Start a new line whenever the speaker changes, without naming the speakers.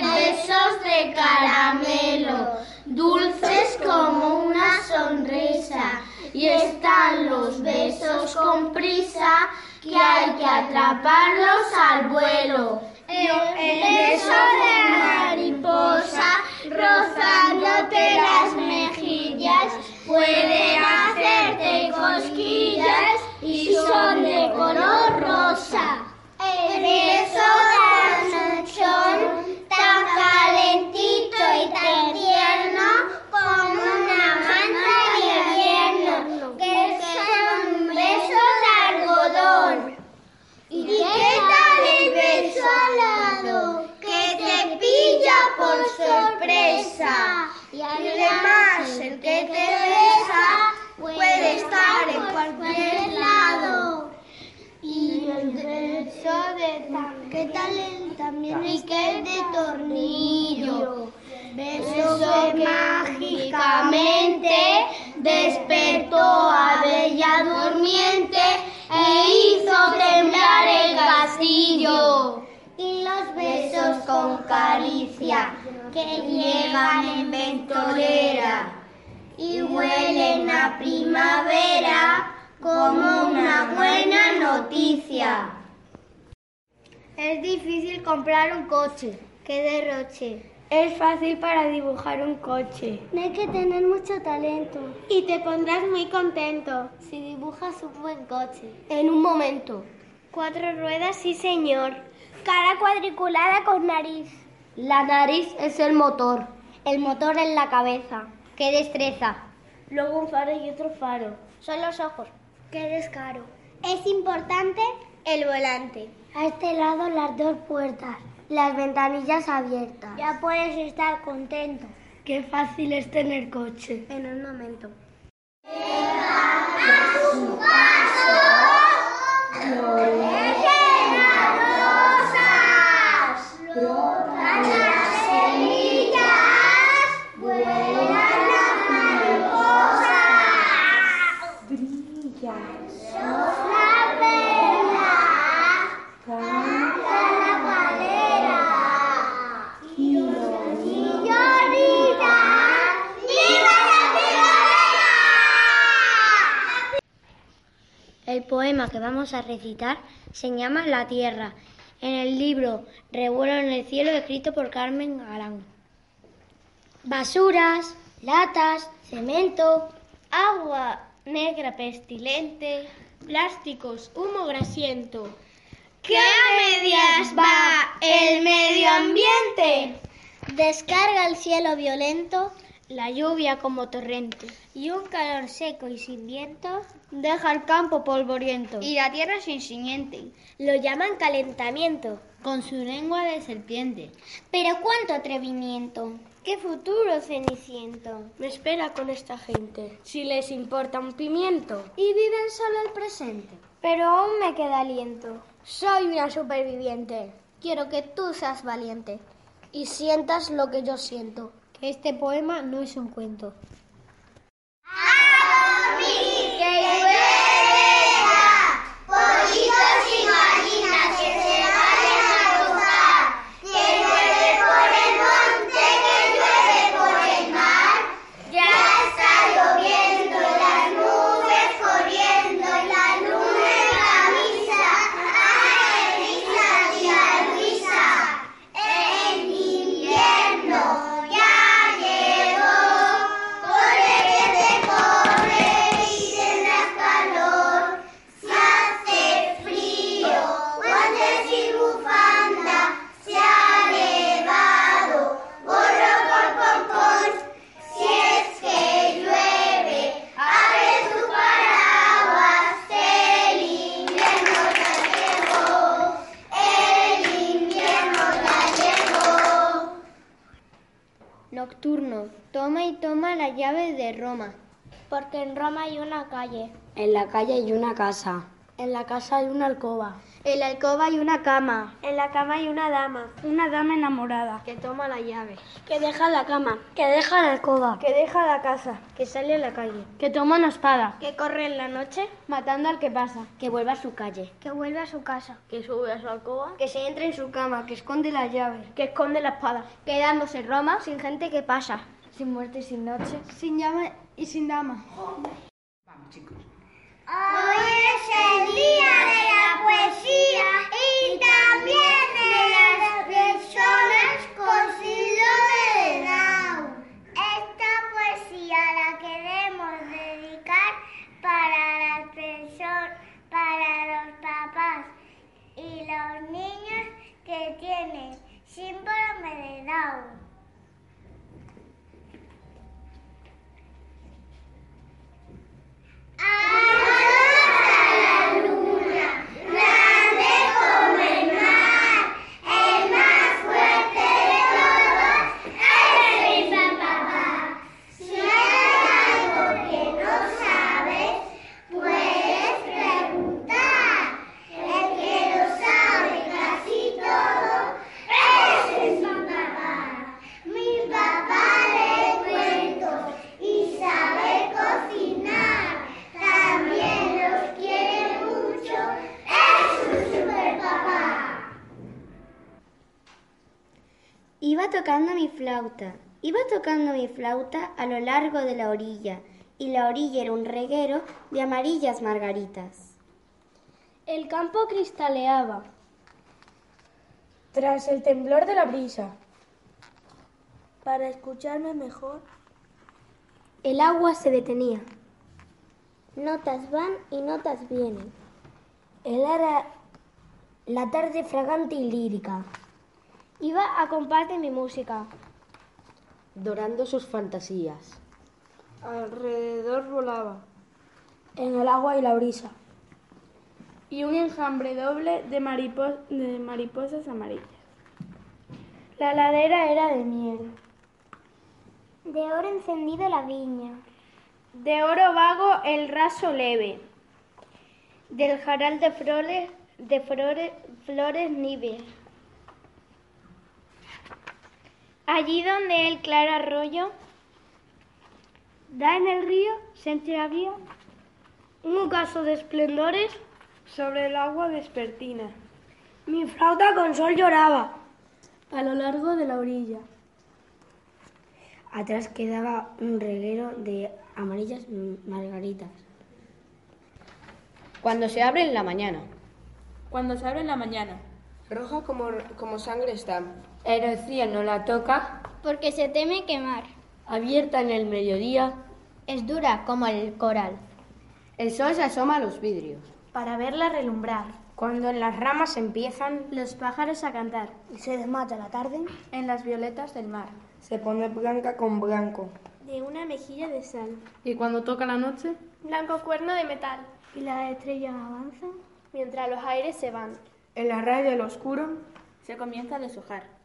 besos de caramelo, dulces como una sonrisa. Y están los besos con prisa que hay que atraparlos al vuelo. El, el beso de mariposa rozándote las mejillas puede hacerte cosquillas y son de color rosa. El beso anchochón, tan calentito y tan tierno como una manta de invierno, que son un beso de algodón. ¿Y qué tal el beso alado que te pilla por sorpresa? Y además el que te besa puede estar en cualquier lado. Y el beso de tan, ¿qué tal el también el que es de tornillo? Beso que mágicamente despertó a Bella Durmiente e hizo temblar el castillo. Y los besos con caricia que llevan en ventolera y huelen a primavera como una buena noticia.
Es difícil comprar un coche. ¡Qué derroche!
Es fácil para dibujar un coche.
No hay que tener mucho talento.
Y te pondrás muy contento
si dibujas un buen coche.
En un momento.
Cuatro ruedas, sí señor.
Cara cuadriculada con nariz.
La nariz es el motor.
El motor es la cabeza.
¡Qué destreza!
Luego un faro y otro faro.
Son los ojos.
¡Qué descaro!
Es importante
el volante.
A este lado las dos puertas las ventanillas abiertas.
Ya puedes estar contento.
Qué fácil es tener coche.
En un momento.
El poema que vamos a recitar se llama La Tierra, en el libro Revuelo en el Cielo, escrito por Carmen Galán.
Basuras, latas, cemento,
agua negra pestilente,
plásticos, humo grasiento.
¿Qué a medias va el medio ambiente?
Descarga el cielo violento
la lluvia como torrente.
Y un calor seco y sin viento
deja el campo polvoriento.
Y la tierra sin simiente.
Lo llaman calentamiento.
Con su lengua de serpiente.
Pero cuánto atrevimiento.
Qué futuro ceniciento.
Me espera con esta gente.
Si les importa un pimiento.
Y viven solo el presente.
Pero aún me queda aliento.
Soy una superviviente.
Quiero que tú seas valiente.
Y sientas lo que yo siento.
Este poema no es un cuento.
¡A dormir! ¡Que llueva! Pollitos y gallinas que se vayan a gozar. Que llueve por el monte, que llueve por el mar. Ya está lloviendo en las nubes, corriendo en la luna en la misa. ¡Ay, Luisa, tía Luisa! ¡El invierno!
Nocturno, toma y toma la llave de Roma.
Porque en Roma hay una calle.
En la calle hay una casa.
En la casa hay una alcoba.
En la alcoba hay una cama.
En la cama hay una dama.
Una dama enamorada.
Que toma la llave.
Que deja la cama.
Que deja la alcoba.
Que deja la casa.
Que sale a la calle.
Que toma una espada.
Que corre en la noche
matando al que pasa.
Que vuelve a su calle.
Que vuelve a su casa.
Que sube a su alcoba.
Que se entra en su cama. Que esconde la llave.
Que esconde la espada.
Quedándose en Roma
sin gente que pasa.
Sin muerte y sin noche.
Sin llama y sin dama.
Vamos chicos. Hoy es el día de la poesía y también de las personas con síndrome de Down. Esta poesía la queremos dedicar para las personas, para los papás y los niños que tienen síndrome de Down.
Iba tocando mi flauta, iba tocando mi flauta a lo largo de la orilla, y la orilla era un reguero de amarillas margaritas.
El campo cristaleaba.
Tras el temblor de la brisa.
Para escucharme mejor.
El agua se detenía.
Notas van y notas vienen.
El ara... La tarde fragante y lírica
iba a compás de mi música.
Dorando sus fantasías.
Alrededor volaba.
En el agua y la brisa.
Y un enjambre doble de, maripos de mariposas amarillas.
La ladera era de miel.
De oro encendido la viña.
De oro vago el raso leve.
Del jaral de flores, de flores, flores nives.
Allí donde el claro arroyo
da en el río, se entreabría
un ocaso de esplendores
sobre el agua vespertina.
Mi flauta con sol lloraba
a lo largo de la orilla.
Atrás quedaba un reguero de amarillas margaritas.
Cuando se abre en la mañana.
Cuando se abre en la mañana.
Roja como, como sangre está,
el cielo no la toca
porque se teme quemar.
Abierta en el mediodía,
es dura como el coral.
El sol se asoma a los vidrios
para verla relumbrar.
Cuando en las ramas empiezan
los pájaros a cantar
y se desmata la tarde
en las violetas del mar.
Se pone blanca con blanco
de una mejilla de sal.
Y cuando toca la noche, blanco cuerno de metal
y las estrellas avanzan
mientras los aires se van.
En la raya del oscuro se comienza a deshojar.